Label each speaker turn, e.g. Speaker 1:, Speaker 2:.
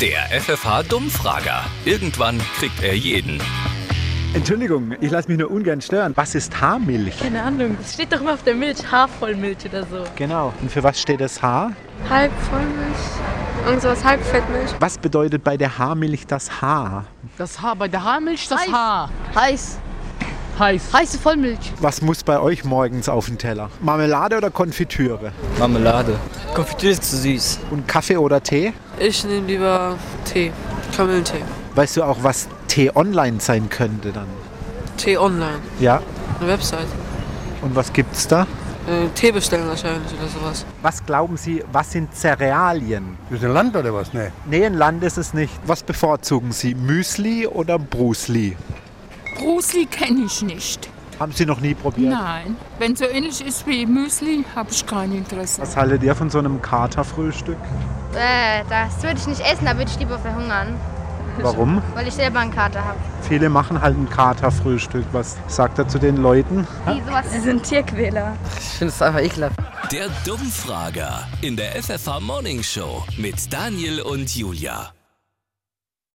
Speaker 1: Der FFH-Dummfrager. Irgendwann kriegt er jeden.
Speaker 2: Entschuldigung, ich lasse mich nur ungern stören. Was ist Haarmilch?
Speaker 3: Keine Ahnung, es steht doch immer auf der Milch Haarvollmilch oder so.
Speaker 2: Genau. Und für was steht das Haar?
Speaker 4: Halb Vollmilch. Irgend sowas, halb Fettmilch.
Speaker 2: Was bedeutet bei der Haarmilch das Haar?
Speaker 5: Das Haar, bei der Haarmilch das
Speaker 6: Heiß.
Speaker 5: Haar.
Speaker 6: Heiß.
Speaker 5: Heiß.
Speaker 6: Heiße Vollmilch.
Speaker 2: Was muss bei euch morgens auf den Teller? Marmelade oder Konfitüre?
Speaker 7: Marmelade. Konfitüre ist zu süß.
Speaker 2: Und Kaffee oder Tee?
Speaker 8: Ich nehme lieber Tee. Kamillentee.
Speaker 2: Weißt du auch, was Tee online sein könnte dann?
Speaker 8: Tee online.
Speaker 2: Ja.
Speaker 8: Eine Website.
Speaker 2: Und was gibt's da?
Speaker 8: Äh, Tee bestellen wahrscheinlich oder sowas.
Speaker 2: Was glauben Sie, was sind Cerealien?
Speaker 9: Ist ein Land oder was? Ne.
Speaker 2: Nee, ein Land ist es nicht. Was bevorzugen Sie, Müsli oder Brusli?
Speaker 10: Brusli kenne ich nicht.
Speaker 2: Haben Sie noch nie probiert?
Speaker 10: Nein. Wenn so ähnlich ist wie Müsli, habe ich kein Interesse.
Speaker 2: Was haltet ihr von so einem Katerfrühstück?
Speaker 11: Äh, das würde ich nicht essen, da würde ich lieber verhungern,
Speaker 2: Warum?
Speaker 11: weil ich selber einen Kater habe.
Speaker 2: Viele machen halt ein Katerfrühstück. Was sagt er zu den Leuten?
Speaker 4: Sie sind Tierquäler.
Speaker 6: Ich finde es einfach ekelhaft.
Speaker 1: Der Dummfrager in der FFH Morning Show mit Daniel und Julia.